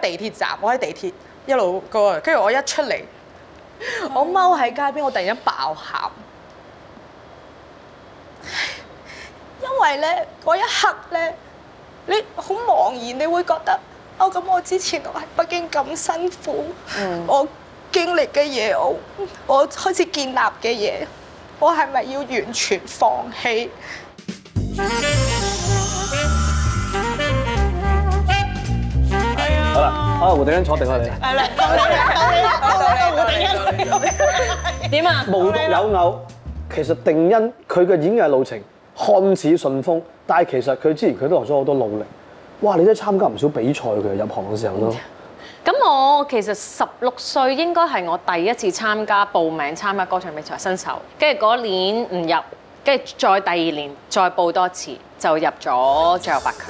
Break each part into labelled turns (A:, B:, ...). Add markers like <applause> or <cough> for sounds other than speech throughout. A: 地鐵站，我喺地鐵一路過，跟住我一出嚟，我踎喺街邊，我突然間爆喊，因為咧嗰一刻咧，你好茫然，你會覺得哦咁，我之前我喺北京咁辛苦，我經歷嘅嘢，我我開始建立嘅嘢，我係咪要完全放棄？
B: 好啦，啊胡定欣坐定啦你，
A: 係啦，到你啦，到你啦，到你啦，胡定
C: 點啊？
B: 無獨有偶，其實定欣佢嘅演藝路程看似順風，但係其實佢之前佢都落咗好多努力。哇！你都參加唔少比賽嘅，入行嘅時候都。
C: 咁我其實十六歲應該係我第一次參加報名參加歌唱比賽新手，跟住嗰年唔入，跟住再第二年再報多次就入咗最後八強。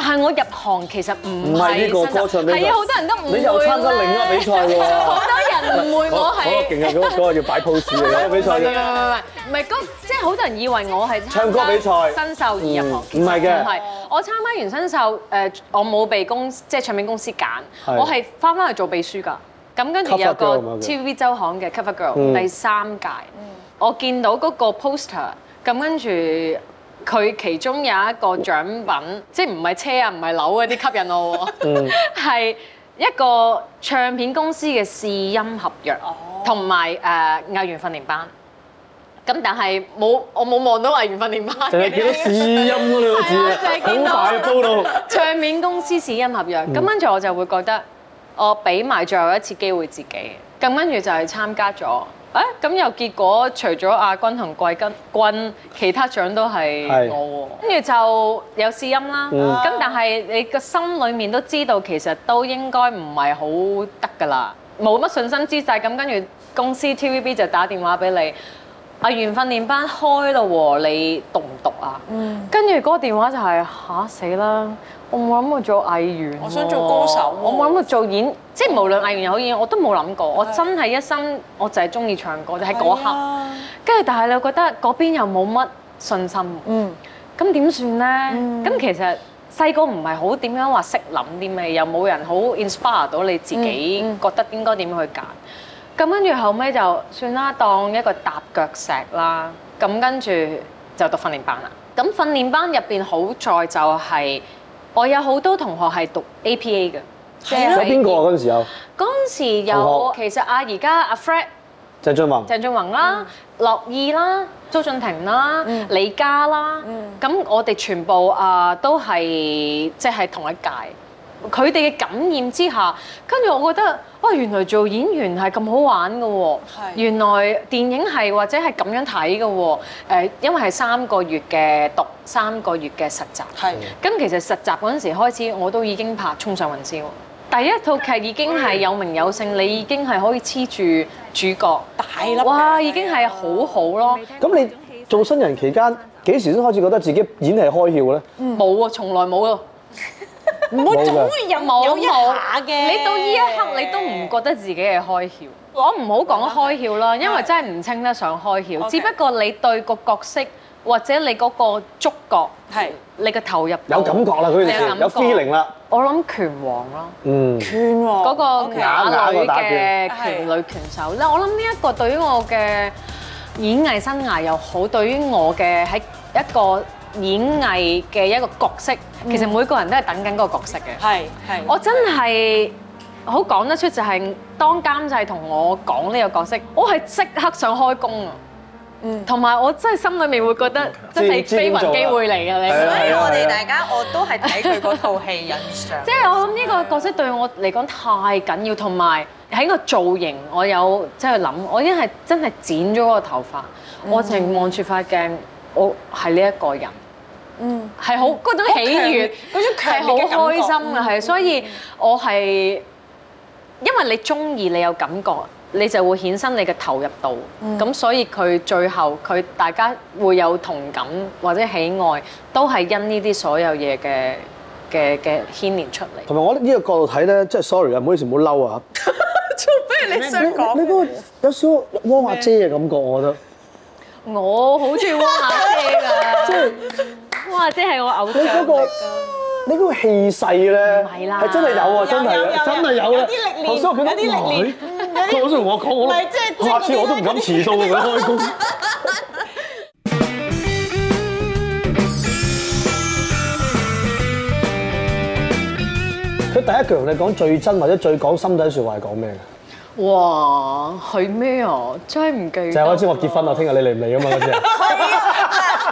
C: 但係我入行其實唔
B: 唔係
C: 係
B: 呢個歌唱比賽
C: 係啊，好多人都唔
B: 你又參加另一個比賽喎
C: 啊好多人誤會 <laughs> 我
B: 嗰嗰個
C: 係。
B: 勁啊！嗰嗰個要擺 pose 嘅嗰個比
C: 唔 <laughs> 係唔係唔啊係唔
B: 賽。
C: 係，嗰即係好多人以為我係參加
B: 唱歌比賽
C: 新秀而入行，
B: 嗯唔係嘅
C: 唔係我參加完新秀誒、我冇被公即係唱片公司揀，
B: 係
C: 我係翻返去做秘書㗎。咁跟住
B: Cover
C: 有個
B: girl 咁樣嘅
C: TV 周刊嘅 Cover Girl、
B: 嗯
C: 第三屆，我見到嗰個 poster，咁跟住。佢其中有一個獎品，即係唔係車啊，唔係樓嗰啲吸引我喎。係一個唱片公司嘅試音合約，同埋誒藝員訓練班。咁但係冇我冇望到藝員訓練班
B: 淨係見到
C: 嘅
B: 試音嗰兩個字啊
C: 係啊，就係見到
B: 好快啊煲到。 <laughs>
C: 唱片公司試音合約。
B: 嗯
C: 咁跟住我就會覺得我俾埋最後一次機會自己。咁跟住就係參加咗。誒咁又結果，除咗亞軍同季軍軍，其他獎都係
B: 係
C: 我喎。跟住就有試音啦。
B: 嗯
C: 咁、但係你個心裡面都知道，其實都應該唔係好得㗎啦，冇乜信心之際。咁跟住公司 TVB 就打電話俾你，阿袁訓練班開咯喎，你讀唔讀啊？跟住嗰個電話就係、吓死啦！我冇諗過做藝員喎，
A: 我想做歌手喎
C: 我冇諗過做演，即係無論藝員又好演，我都冇諗過。我真係一生我就係中意唱歌，就喺嗰
A: 啊
C: 刻。跟住但係你覺得嗰邊又冇乜信心喎。
A: 嗯，
C: 咁點算
B: 嗯
C: 咧？咁、其實細個唔係好點樣話識諗啲咩，又冇人好 inspire 到你自己
B: 嗯
C: 覺得應該點樣去揀。咁跟住後尾就算啦，當一個踏腳石啦。咁跟住就讀訓練班啦。咁訓練班入邊好在就係、我有好多同學係讀 APA 嘅，即係
B: 有邊個啊？嗰陣時有
C: 嗰陣時有
B: 同
C: 其實啊，而家阿 Fred。
B: 鄭俊弘。
C: 鄭俊弘啦、樂意啦、蘇俊廷啦、李嘉啦，咁、我哋全部啊、都係即係同一屆。佢哋嘅感染之下，跟住我覺得，哇！原來做演員係咁好玩嘅喎，
A: 係
C: 原來電影係或者係咁樣睇嘅喎，誒，因為係三個月嘅讀，三個月嘅實習。
A: 係
C: 咁其實實習嗰陣時開始，我都已經拍《衝上雲霄》。第一套劇已經係有名有姓，你已經係可以黐住主角，
A: 大粒嘅
C: 哇，已經係好好咯。
B: 哦咁你做新人期間幾時先開始覺得自己演戲開竅咧？
C: 冇啊，從來冇啊，
A: 唔會總
B: 啊
A: 會有
C: 冇
A: 有一下嘅。
C: 你到呢一刻你都唔覺得自己係開竅。我唔好講開竅啦，因為真係唔稱得上開竅。
A: OK
C: 只不過你對個角色或者你嗰個觸覺，
A: 係
C: 你嘅投入度
B: 有感覺啦，嗰陣
C: 你有
B: 時
C: 感
B: 有
C: 覺
B: feeling 啦。
C: 我諗拳王咯。
B: 嗯，
A: 斷喎
C: 嗰個啞女
B: 打
C: 嘅
B: 拳
C: 拳女拳手咧，我諗呢一個對於我嘅演藝生涯又好，對於我嘅喺一個演藝嘅一個角色，其實每個人都係等緊嗰個角色嘅。
A: 係係
C: 我真係好講得出，就係當監製同我講呢個角色，我係即刻想開工啊！
A: 嗯
C: 同埋我真係心裏面會覺得真係
B: 知知點
C: 飛
B: 做
C: 雲
B: 啦
C: 機會嚟嘅你。
B: 係啊
A: 所以我哋大家我都係睇佢嗰套戲印
C: <laughs>
A: 象
C: 即。係我諗呢個角色對我嚟講太緊要，同埋喺個造型，我有即係諗，我已經係真係剪咗個頭髮，我淨係望住塊鏡，我係呢一個人，
A: 嗯，
C: 係好嗰種喜悅，
A: 嗰種
C: 係
A: 強烈嘅感覺嗯
C: 好開心嘅，係所以我係因為你中意，你有感覺。你就會衍生你嘅投入度，
A: 嗯
C: 咁、所以佢最後佢大家會有同感或者喜愛，都係因呢啲所有嘢嘅嘅嘅牽連出嚟。
B: 同埋我呢個角度睇咧，即係 sorry 啊，唔好意思，唔好嬲啊。
A: 做咩你想
B: 你
A: 講？
B: 你嗰個有少少汪阿姐嘅感覺，我覺得。
C: 我好中意汪阿姐㗎，
B: 即係
C: <laughs> 汪阿姐係我偶像
A: 啊
B: 你嗰個
C: 嚟㗎。
B: 你嗰個氣勢咧，
C: 唔係啦
B: 係真係有啊，
A: 有
B: 真係
A: 有有有
B: 真係有啊
A: 有
B: 咧
A: 啲歷練。
B: 頭先我
A: 有啲歷練
B: 見到哇佢佢好似同我講，我
A: 唔係即係
B: 都
A: 即係
B: 下次我都唔敢遲到啊佢開 <laughs> 工。佢第一句同你講最真或者最講心底説話係講咩嘅？
C: 哇，係咩啊？真係唔記得。
B: 就係嗰次我結婚啦，聽日你嚟唔嚟啊嘛嗰 <laughs> 次。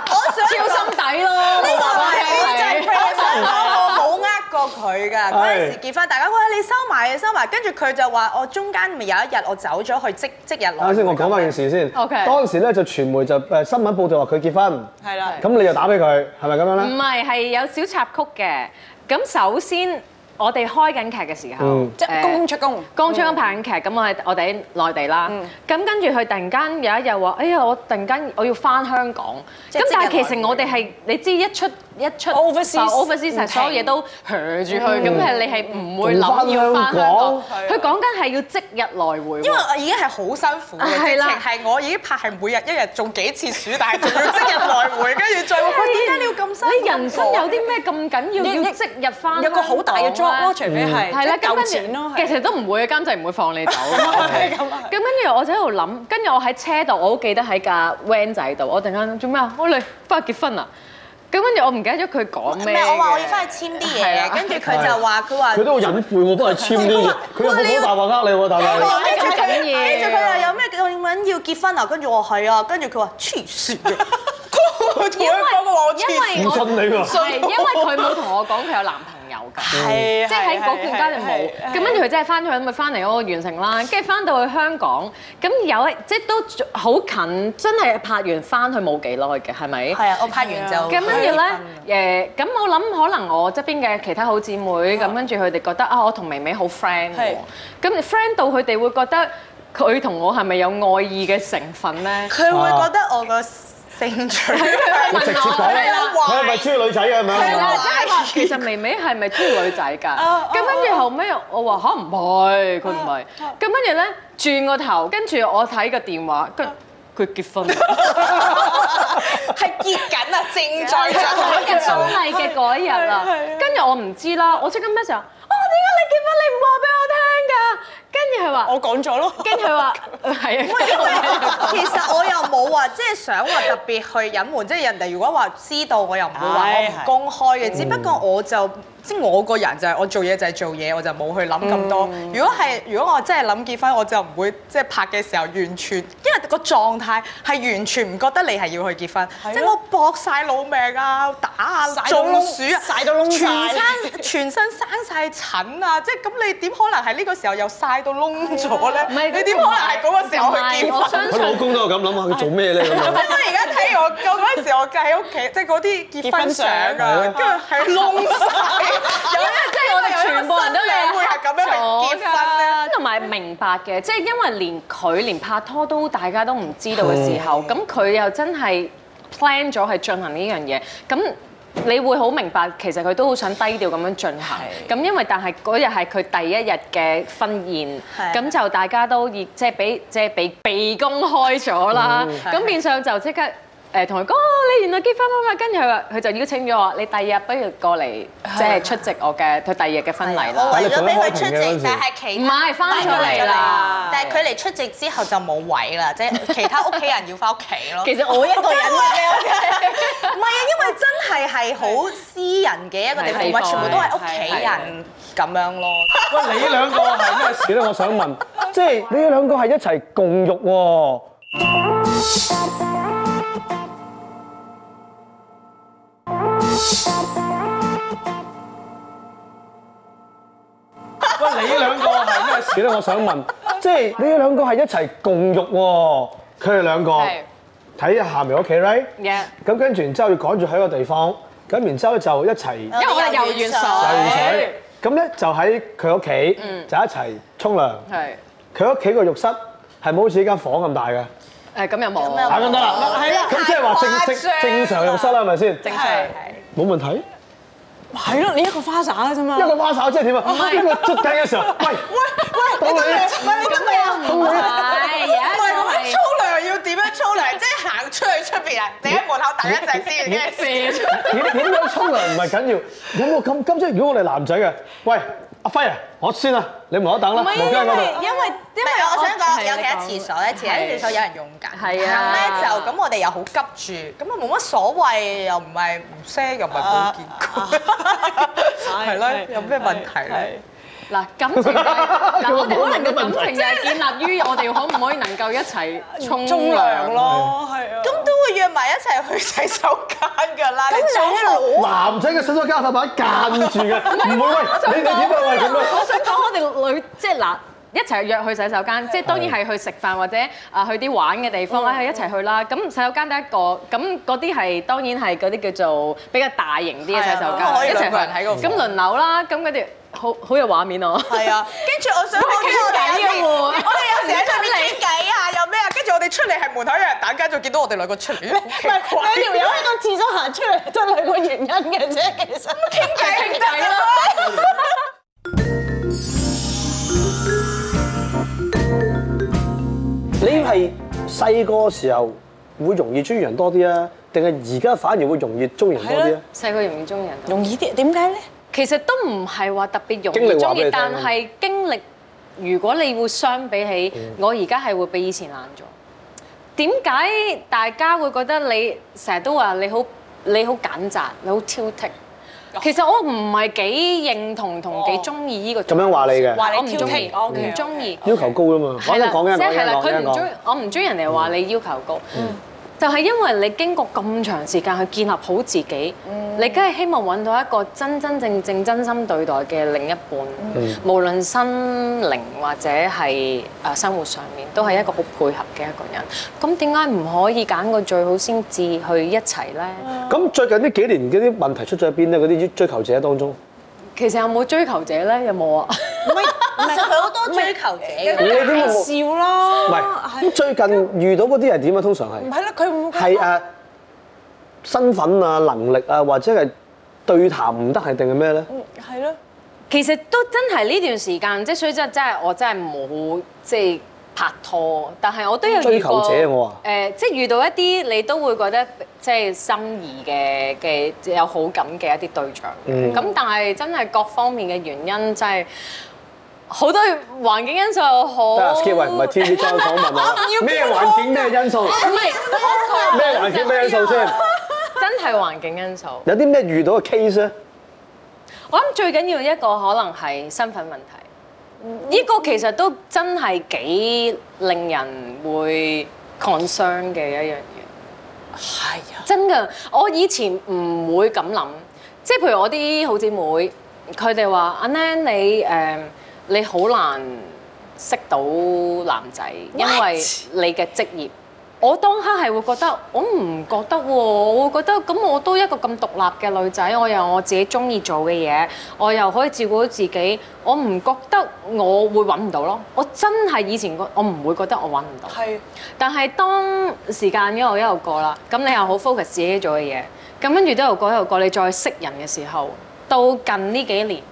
A: 我想
C: 超心底咯，呢
A: 呢個
B: <laughs>
A: 係真係 friend 我冇呃過佢㗎。嗰陣時結婚，大家喂你收埋啊收埋，跟住佢就話我中間咪有一日我走咗去即即日
B: 等下
A: 來。
B: 先，我講翻件
A: <laughs>
B: 事先。
C: OK
B: 當時咧就傳媒就誒新聞報道話佢結婚，
A: 係啦，
B: 咁你又打俾佢，係咪咁樣
C: 唔
B: 咧？
C: 係係有小插曲嘅。咁首先我哋開緊劇嘅時候
B: 嗯，
D: 即係公
C: 誒
D: 出公。
C: 江昌拍緊劇，咁我喺我哋喺內地啦。咁跟住佢突然間有一日話：哎呀，我突然間我要翻香港。
A: 即係
C: 咁
A: 即日
C: 但係其
A: 來回
C: 實我哋係你知一出一出
D: Oh, Overseas，
C: overseas 係所有嘢都擱住去，咁係你係唔會諗要翻香
B: 仲
C: 港
A: 香
B: 返
A: 港。
C: 佢講緊係要即日來回喎。
A: 因為我已經係好辛苦嘅，直
C: 啊係啦
A: 情係我已經拍係每日一日做幾次暑，但係仲要即日來回，跟住再話喂
C: 啊
A: 點解你要咁辛苦？
C: 你人生有啲咩咁緊要
D: 一
C: 要即日翻？
D: 有個好大嘅 drop 咯，除非係
C: 啊嗯係啦，
D: 即係
C: 咁
D: 夠
C: 跟住
D: 錢咯，
C: 其
D: 係
C: 實都唔會嘅，監製唔會放你走。
D: 係咁啊
C: 咁跟住我就喺度諗，跟住我喺車度，我好記得喺架 van 仔度，我突然間諗做咩啊？我哋翻去結婚啊！咁跟住我唔記得咗佢講
A: 唔
C: 咩
A: 係
C: 嘅。
A: 我話我要翻去簽啲
C: 係
A: 嘢，
C: 啦
A: 跟住佢就話佢話
B: 佢都隱晦我幫佢簽啲嘢，佢又冇好大話呃你喎，但
A: 跟住
B: 係
A: 佢
C: 咁緊要
A: 跟住佢又有咩咁緊要結婚啊？跟住我話係啊，跟住佢話黐線嘅，我同
C: 因
A: 佢講我話我黐線
C: 為因為
B: 唔
C: 我
B: 信你喎。
C: 係因為佢冇同我講佢有男朋友
A: <laughs>
C: 㗎。
A: 係
C: 即係喺嗰段間就冇，咁跟住佢真係翻咗去，咪翻嚟嗰個完成啦。跟住翻到去香港，咁有一即係都好近，真係拍完翻去冇幾耐嘅，係咪？
A: 係啊，我拍完就
C: 咁跟住咧，誒，咁我諗可能我側邊嘅其他好姊妹，咁跟住佢哋覺得啊，我同微微好 friend
D: 係
C: 喎，咁你 friend 到佢哋會覺得佢同我係咪有愛意嘅成分咧？
A: 佢會覺得我個性取
B: 我啊直接講
C: 係
B: 啦
C: 啦，
B: 佢係咪中意女仔嘅係咪
C: 係啦，
B: 啊？
C: 即係話其實微微係咪中意女仔㗎？咁跟住後尾我話吓唔係，佢唔係。咁跟住咧轉個頭，跟住我睇個電話，跟佢結婚。
A: 係結緊啊，正
C: 再
A: 在進
C: 喺
A: 行
C: 嘅
A: 中
B: 啊
C: 婚。禮嘅嗰一日啦，跟住我唔知啦，我即刻 message 哦，點解你結婚你唔話俾我聽㗎？跟住佢話，
D: 我講咗咯。
C: 跟住佢話呃係啊，跟住我話
A: 其實我又冇話，即係想話特別去隱瞞，即係人哋如果話知道，我又唔會話我唔公開嘅。只不過我就即係我個人就係我做嘢就係做嘢，我就冇去諗咁多。如果係如果我真係諗結婚，我就唔會即係拍嘅時候完全，因為個狀態係完全唔覺得你係要去結婚，即係我搏晒老命啊，打啊，
D: 曬到
A: 中
D: 窿
A: 暑啊，
D: 曬到窿
A: 全
D: 曬
A: 身全身生晒疹啊！即係咁你點可能喺呢個時候又晒到窿咗咧？
C: 唔係
A: 你點可能係嗰個時候去結
C: 唔係我
A: 婚？
C: 相
B: 佢老
C: 信。
B: 公都有咁諗下，佢做咩咧咁樣？
A: 即係而家睇我舊嗰陣時，我喺屋企，即係嗰啲結婚相啊，跟住係窿晒。有一
C: 即係我哋全部人都
A: 有一個新娘會係咁樣嚟結婚咧。
C: 同埋明白嘅，即係因為連佢連拍拖都大家都唔知道嘅時候，咁佢又真係 plan 咗係進行呢樣嘢，咁。你會好明白，其實佢都好想低調咁樣進行。咁因為但係嗰日係佢第一日嘅婚宴，
A: 係
C: 咁就大家都以即係俾即係被被公開咗啦。咁變相就即刻誒同佢講：哦你原來結婚啦嘛！跟住佢話佢就邀請咗我，你第二日不如過嚟即係出席我嘅佢第二日嘅婚禮啦。
A: 我為咗俾佢出
B: 但係佢都開屏嘅嗰陣
A: 席
B: 時，
A: 但係其
C: 唔係翻咗嚟啦。
A: 但係佢嚟出席之後就冇位啦，即係其他屋企人要翻屋企咯。
C: 其實我一 <laughs> 個人
A: 唔係啊，因為真係係好私人嘅一個地方，同埋全部都係屋企人咁樣咯。
B: 喂，你兩個係咩事咧？我想問，即係你兩個係一齊共浴喎。喂，你兩個係咩事咧？我想問，即係你兩個係一齊共浴喎。佢哋兩個
C: 係
B: 睇下面屋企 right，
C: Yeah
B: 咁跟住然之後要趕住喺個地方，咁然之後就一齊。
C: 因為我哋游完
B: 游
A: 游
C: 水
D: 哎
B: 水，，咁咧就喺佢屋企就一齊沖涼。
C: 係
B: 佢屋企個浴室係冇好似呢間房咁大嘅，
C: 誒咁又
A: 又
C: 冇
A: 冇
B: 打咁得啦，哦係啦，咁即係話正正正常浴室啦，係咪先？
C: 正常。
B: 冇問題。
D: 係咯，你一個花灑嘅啫嘛
B: 一。個孖手即係點啊？一個出街嘅時候，喂喂喂，到你
A: 喂，你得未啊？
C: 唔係，有一個
A: 唔係
C: 係
A: 咁樣沖涼要點樣沖涼？即係行
E: 出去出邊啊！你喺門口等一陣先，跟
C: <laughs>
E: 住先。
B: 點點樣沖涼唔係緊要，有冇咁今朝？如果我哋男仔嘅，喂，阿輝啊，我先啊，你唔好等啦，
D: 唔係
B: 我
D: 因
B: 喺
D: 為因
B: 嗰
D: 為
B: 度。
E: 因
D: 因
E: 為
D: 為
E: 我想講有
D: 係
E: 其他廁所咧，其他廁所有人用緊，
C: 係啊
E: 咁咧就咁我哋又好急住，咁啊冇乜所謂，又唔係唔識，又唔係冇見過，係咯，有咩問題咧？ <laughs>
C: 嗱，感情係嗱，我哋可能嘅
B: 冇問
C: 感情
B: 題
C: 就係建立於我哋可唔可以能夠一齊沖
D: 沖涼
C: 涼咯。
D: 咯，係啊。
E: 咁都會約埋一齊去洗手間㗎啦，你
D: 你喺度
B: 男仔嘅洗手間塊板間住嘅，唔會喂，你哋點啊喂咁樣？
C: <laughs> 我想講我哋女即係嗱。一齊約去洗手間，即係當然係去食飯或者啊去啲玩嘅地方啦，一齊去啦。咁洗手間得一個，咁嗰啲係當然係嗰啲叫做比較大型啲嘅洗手
E: 係啊咁
C: 間，
E: 可以
C: 一齊
E: 兩個人喺個
C: 去。咁輪流啦，咁佢哋好好有畫
E: <laughs>
C: 面哦。
E: 係啊，跟住我想講咧，我哋有時我 <laughs> 哋有時喺上面傾偈啊，有咩啊，跟住我哋出嚟係門口有人打街，就見到我哋兩個出嚟，好奇
D: 兩
E: 怪
D: 條友喺個廁所行出嚟，得兩個原因嘅啫，其實。傾
E: 傾偈咯。
B: 你係細個時候會容易中意人多啲啊，定係而家反而會容易中意人多啲啊？
C: 細個容易中意人多。
D: 容易啲，點解咧？
C: 其實都唔係話特別
B: 經
C: 容易
B: 歷話
C: 中
B: 俾
C: 意
B: 你聽，
C: 但係經歷，如果你會相比起，我而家係會比以前難咗。點解大家會覺得你成日都話你好你好揀擇，你好挑剔？其實我唔係幾認同同幾中意呢個
B: 咁樣話你嘅
C: 話
D: 話
C: 你
D: 你
C: 挑
D: 挑
C: 剔
D: 剔，
C: 我唔
D: OK，OK
C: 中意。
B: 要求高啊嘛，反正講緊
C: 即
B: 講
C: 係
B: 緊
C: 啦，
B: 講
C: 佢
B: 緊
C: 唔中
B: 講嗯
C: 意，我唔中意人哋話你要求高，就係因為你經過咁長時間去建立好自己，
B: 嗯
C: 你梗係希望揾到一個真真正正真心對待嘅另一半，
B: 嗯
C: 無論心靈或者係誒生活上面，都係一個好配合嘅一個人。咁點解唔可以揀個最好先至去一齊呢？
B: 咁最近呢幾年嗰啲問題出咗喺邊咧？嗰啲追求者當中，
C: 其實有冇追求者呢？有冇啊？
E: 其實佢好多追求者嘅。
B: 你點會冇？
D: 笑啦，
B: 唔係咁最近遇到嗰啲係點啊？通常係
D: 唔係啦，佢唔
B: 係誒身份啊、能力啊，或者係對談唔得，係定係咩咧？
D: 係咯，
C: 其實都真係呢段時間，即係所以真係真係我真係冇即係拍拖，但係我都有
B: 追
C: 遇
B: 求
C: 過
B: 者我話
C: 誒、即係遇到一啲你都會覺得即係心儀嘅嘅有好感嘅一啲對象
B: 嗯
C: 嘅，咁、但係真係各方面嘅原因真係好多環境因素又好，
B: 得啊，skip 喂，唔係
D: <laughs>
B: TVB 再訪問啊，咩環境咩因素？
C: 唔係
B: 咩環境咩因素
D: 哎
B: 先？
C: 真係環境因素。
B: 有啲咩遇到嘅 case 咧？
C: 我諗最緊要一個可能係身份問題，呢、個其實都真係幾令人會 concern 嘅一樣嘢。
D: 係啊。
C: 真㗎，我以前唔會咁諗，即係譬如我啲好姊妹，佢哋話阿 Nan 你誒、你好難識到男仔，因為你嘅職業。我當刻係會覺得，我唔覺得喎，我會覺得咁我都一個咁獨立嘅女仔，我又有我自己中意做嘅嘢，我又可以照顧到自己，我唔覺得我會揾唔到咯。我真係以前個我唔會覺得我揾唔到。
D: 係
C: 但係當時間一路一路過啦，咁你又好 focus 自己做嘅嘢，咁跟住一路過一路過，你再識人嘅時候，到近呢幾年，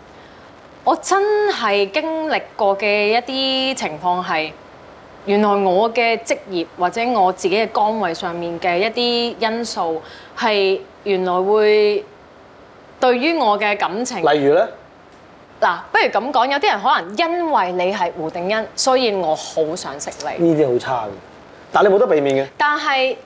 C: 我真係經歷過嘅一啲情況係，原來我嘅職業或者我自己嘅崗位上面嘅一啲因素係原來會對於我嘅感情。
B: 例如咧，
C: 嗱，不如咁講，有啲人可能因為你係胡定欣，所以我好想識你。
B: 呢啲好差嘅，但係你冇得避免嘅。
C: 但係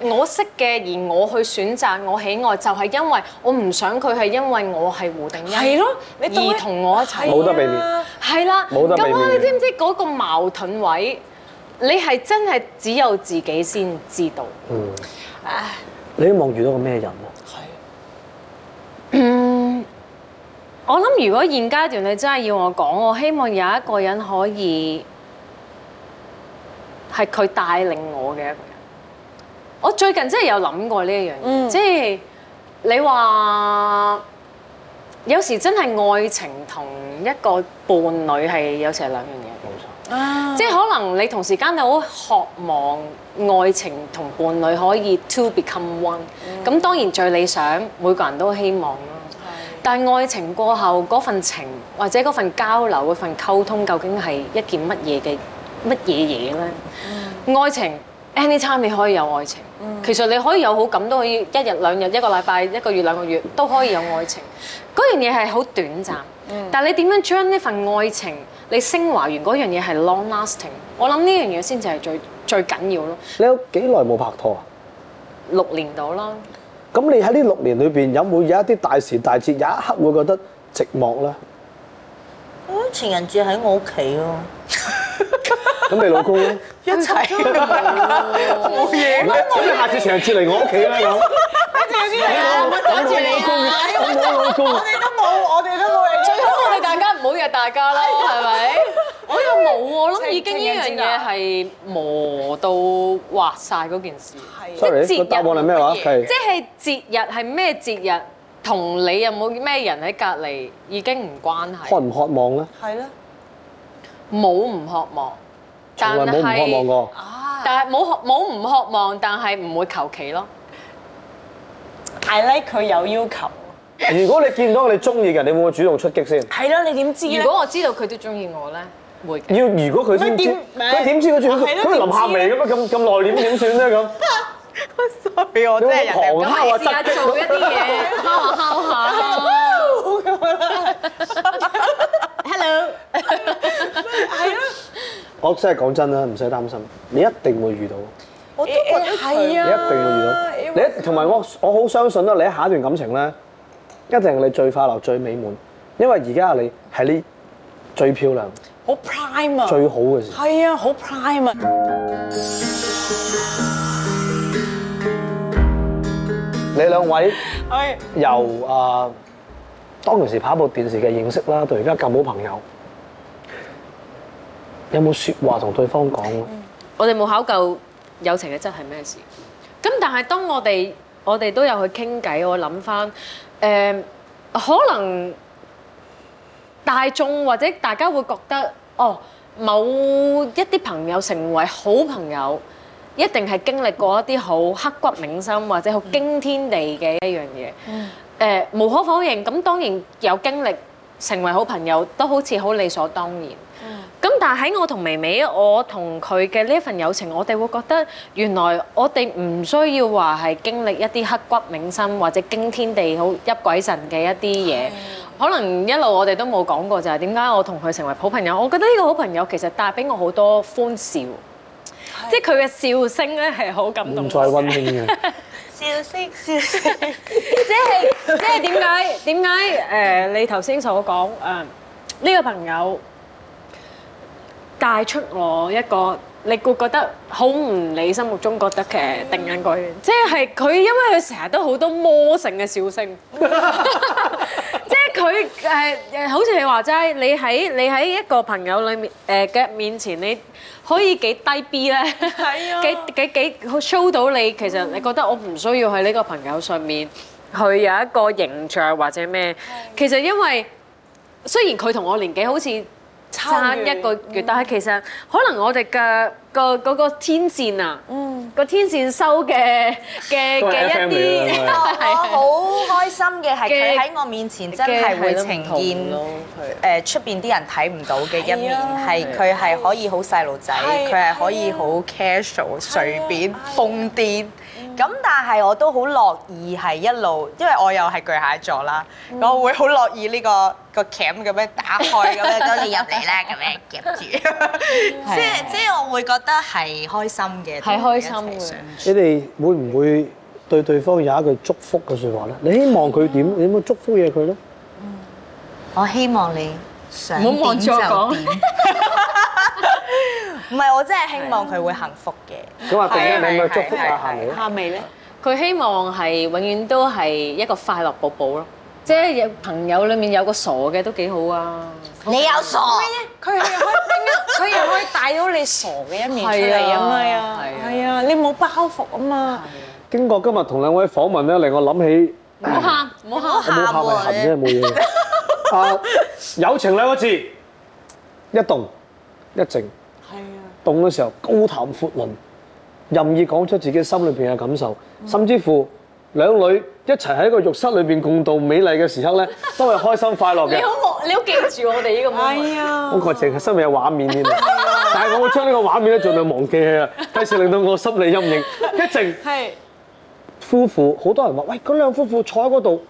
C: 我識嘅，而我去選擇我喜愛，就係因為我唔想佢係因為我係胡定欣，
D: 係咯，你當
C: 而同我一
D: 啊
C: 齊，
B: 冇得避免
C: 係啦。
B: 冇得避免
C: 咁啊，你知唔知嗰個矛盾位？你係真係只有自己先知道。
B: 嗯你希望遇到個咩人啊？
C: 我諗如果現階段你真係要我講，我希望有一個人可以係佢帶領我嘅一個人。我最近真係有諗過呢一樣嘢，即係你話有時真係愛情同一個伴侶係有時係兩樣嘢。
B: 冇
D: 啊，
C: 即係可能你同時間你好渴望愛情同伴侶可以 two become one，咁、當然最理想每個人都希望啦。但係愛情過後嗰份情或者嗰份交流嗰份溝通，究竟係一件乜嘢嘅乜嘢嘢呢？愛情 anytime 你可以有愛情，其實你可以有好感，都可以一日兩日、一個禮拜、一個月兩個月都可以有愛情。嗰樣嘢係好短暫，但係你點樣將呢份愛情你升華完嗰樣嘢係 long lasting？我諗呢樣嘢先至係最最緊要咯。
B: 你有幾耐冇拍拖啊？
C: 六年到啦，
B: 咁你喺呢六年裏邊有冇有一啲大時大節有一刻會覺得寂寞咧？
D: 嗯情人節喺我屋企咯。
B: 咁你老公咧？
E: 一齊
A: <laughs>
E: 冇嘢
B: 唔係，咁你下次情人節嚟我屋企啦咁。
D: 阻住你啊！
B: 我冇老公，
E: 你都冇，我哋都冇嘢。
C: 最好我哋大家唔好約大家啦，係咪？ <laughs> 我又冇喎，我諗已經呢樣啊嘢係磨到滑晒嗰件事。
B: Sorry，
C: 即係節日
B: 個答案係咩話？係
C: 即係節日係咩節日，同你有冇咩人喺隔離已經唔關
B: 渴
C: 係，
B: 唔渴望咧？
E: 係啦，
C: 冇唔渴望，
B: 從來冇唔渴望過。
C: 但係冇渴冇唔渴望，但係唔會求其咯。
D: I like 佢有要求。
B: 如果你見到你中意嘅人，你會唔會主動出擊先？
D: 係咯，你點知啊咧
C: 如？果我知道佢都中意我咧，會嘅。
B: 要如果佢先知，
D: 咪點
B: 佢點知佢中意佢？
D: 係咯
B: 咁
D: 點
B: 林夏薇咁啊，咁咁內斂點算咧咁？
E: 俾我真係人哋
B: 你
C: 咁
B: 好
C: 咪
B: 狂敲啊
C: 試下
B: 側擊
C: 做一啲嘢， <laughs> 敲下敲下咯。
B: 我真係講真啦，唔使擔心，你一定會遇到，
E: 我都覺得係
B: 你一
E: 啊。
B: 定會遇到。你一同埋我，我好相信啦，你喺下一段感情咧，一定係你最快樂、最美滿，因為而家你係你最漂亮、
D: 好 prime 啊！
B: 最好嘅時候。
D: 係啊，好 prime 啊！
B: 你兩位
D: 係
B: 由啊當其時拍一部電視嘅認識啦，到而家咁好朋友，有冇説話同對方講啊？
C: 我哋冇考究友情嘅質係咩事。咁但係當我哋我哋都有去傾偈，我諗翻誒，可能大眾或者大家會覺得哦，某一啲朋友成為好朋友，一定係經歷過一啲好刻骨銘心或者好驚天地嘅一樣嘢。誒、無可否認，咁當然有經歷成為好朋友，都好似好理所當然。咁但係喺我同微微，我同佢嘅呢一份友情，我哋會覺得原來我哋唔需要話係經歷一啲刻骨銘心或者驚天地好泣鬼神嘅一啲嘢。可能一路我哋都冇講過，就係點解我同佢成為好朋友？我覺得呢個好朋友其實帶俾我好多歡笑，即係佢嘅笑聲咧係好感動
B: 唔
C: 我
B: 再
C: 嘅。
B: 温馨嘅，
C: 即係即係點解點解誒？你頭先所講誒呢個朋友帶出我一個你會覺得好唔你心目中覺得嘅定眼嗰樣，即係佢因為佢成日都好多魔性嘅笑 <laughs> 聲。即係佢誒誒，好似你話齋，你喺你喺一個朋友裏面誒嘅面前，你可以幾低 B 咧？係啊， <laughs> 幾幾幾 show 到你其實你覺得我唔需要喺呢個朋友上面去有一個形象或者咩？其實因為雖然佢同我年紀好似差一個月，但係其實可能我哋嘅個嗰個天線啊，個天線收 <laughs> 嘅嘅
B: 都係
C: 嘅
B: FM
C: 一啲
B: 嚟㗎
C: 係
B: 啦
C: 係
D: <laughs> 我好開心嘅
C: 嘅
D: 係佢喺我面前真
C: 嘅
D: 係會
C: 係
D: 呈
C: 咯唔
D: 現
C: 同咯係
D: 誒呃出邊啲人睇唔到嘅一面，係佢係可以好細路仔，佢係啊可以好
E: casual 隨便瘋癲，
D: 咁但係我都好樂意係一路，因為我又係巨蟹座啦，我會好樂意呢個個 cam 咁樣打開咁 <laughs> 樣，當你入嚟啦咁樣夾住，即嗯係即係我會覺得係開心嘅，
C: 係開心
D: 同佢一齊
C: 嘅
D: 上。
B: 你哋會唔會對對方有一句祝福嘅説話咧？你希望佢點？你有冇祝福嘢佢咧？
D: 我希望你想
C: 唔好望住
D: 點就
C: 我講
D: 點。唔係，我真係希望佢會幸福嘅。
B: 咁啊，突然間你有冇祝福
D: 係係
B: 啊？夏薇？
C: <laughs> 佢希望係永遠都係一個快樂寶寶咯，即係有朋友裡面有個傻嘅都幾好啊，
D: 你有傻？
F: 佢係可以，佢又可以帶到你傻嘅一面出嚟啊嘛，係啊，你冇包袱啊嘛，
B: 經過今日同兩位訪問咧，令我諗起
C: 唔好喊，唔好喊，
B: 我冇怕咪痕啫，冇嘢。 <laughs> 啊，友情兩個字，一動一靜。
F: 係啊，
B: 凍嘅時候高談闊論，任意講出自己心裏邊嘅感受，甚至乎兩女一齊喺個浴室裏邊共度美麗嘅時刻咧，都係開心快樂嘅 <laughs>
C: 你。好望，你好記住我哋呢個 moment。
B: 哦
F: 係啊，
C: <laughs>
B: 我個淨係心裏有畫面添啊。但係我會將呢個畫面咧盡量忘記佢啊，費事令到我心理
C: <laughs>
B: 陰影一直。
F: 係
B: 夫婦，好多人話：喂，嗰兩夫婦坐喺嗰度，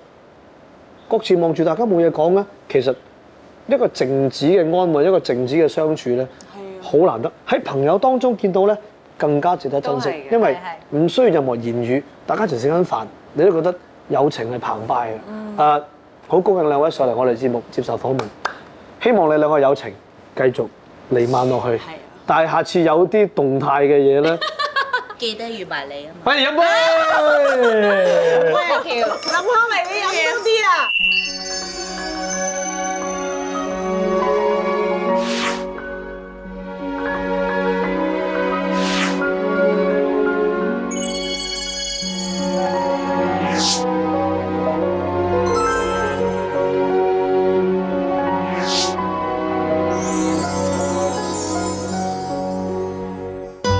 B: 各自望住大家冇嘢講咧。啊其實一個靜止嘅安慰，一個靜止嘅相處咧，
C: 啊
B: 好難得。喺朋友當中見到咧，更加值得珍惜
C: 都係，嘅
B: 因為
D: 係
B: 唔需要任何言語，大家一齊食緊飯，你都覺得友情係澎湃嘅。
G: 嗯
B: 啊，好高興兩位上嚟我哋節目接受訪問，希望你兩個友情繼續瀰漫落去。
G: 啊
B: 但係下次有啲動態嘅
G: <laughs>
B: 嘢咧，
G: 記得預埋你啊嘛。
B: <laughs> 喂，飲杯。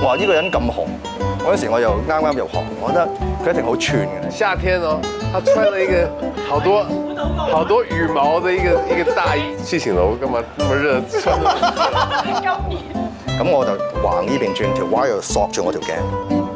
H: 哇！呢、個人咁紅，嗰陣時我又啱啱入行，我覺得佢一定好串嘅。
I: 夏天哦，他穿了一个好多好多羽毛的一个一个大衣。谢醒楼干嘛那么热？穿
H: 咁我就橫呢邊轉，條蛙又索住我條頸。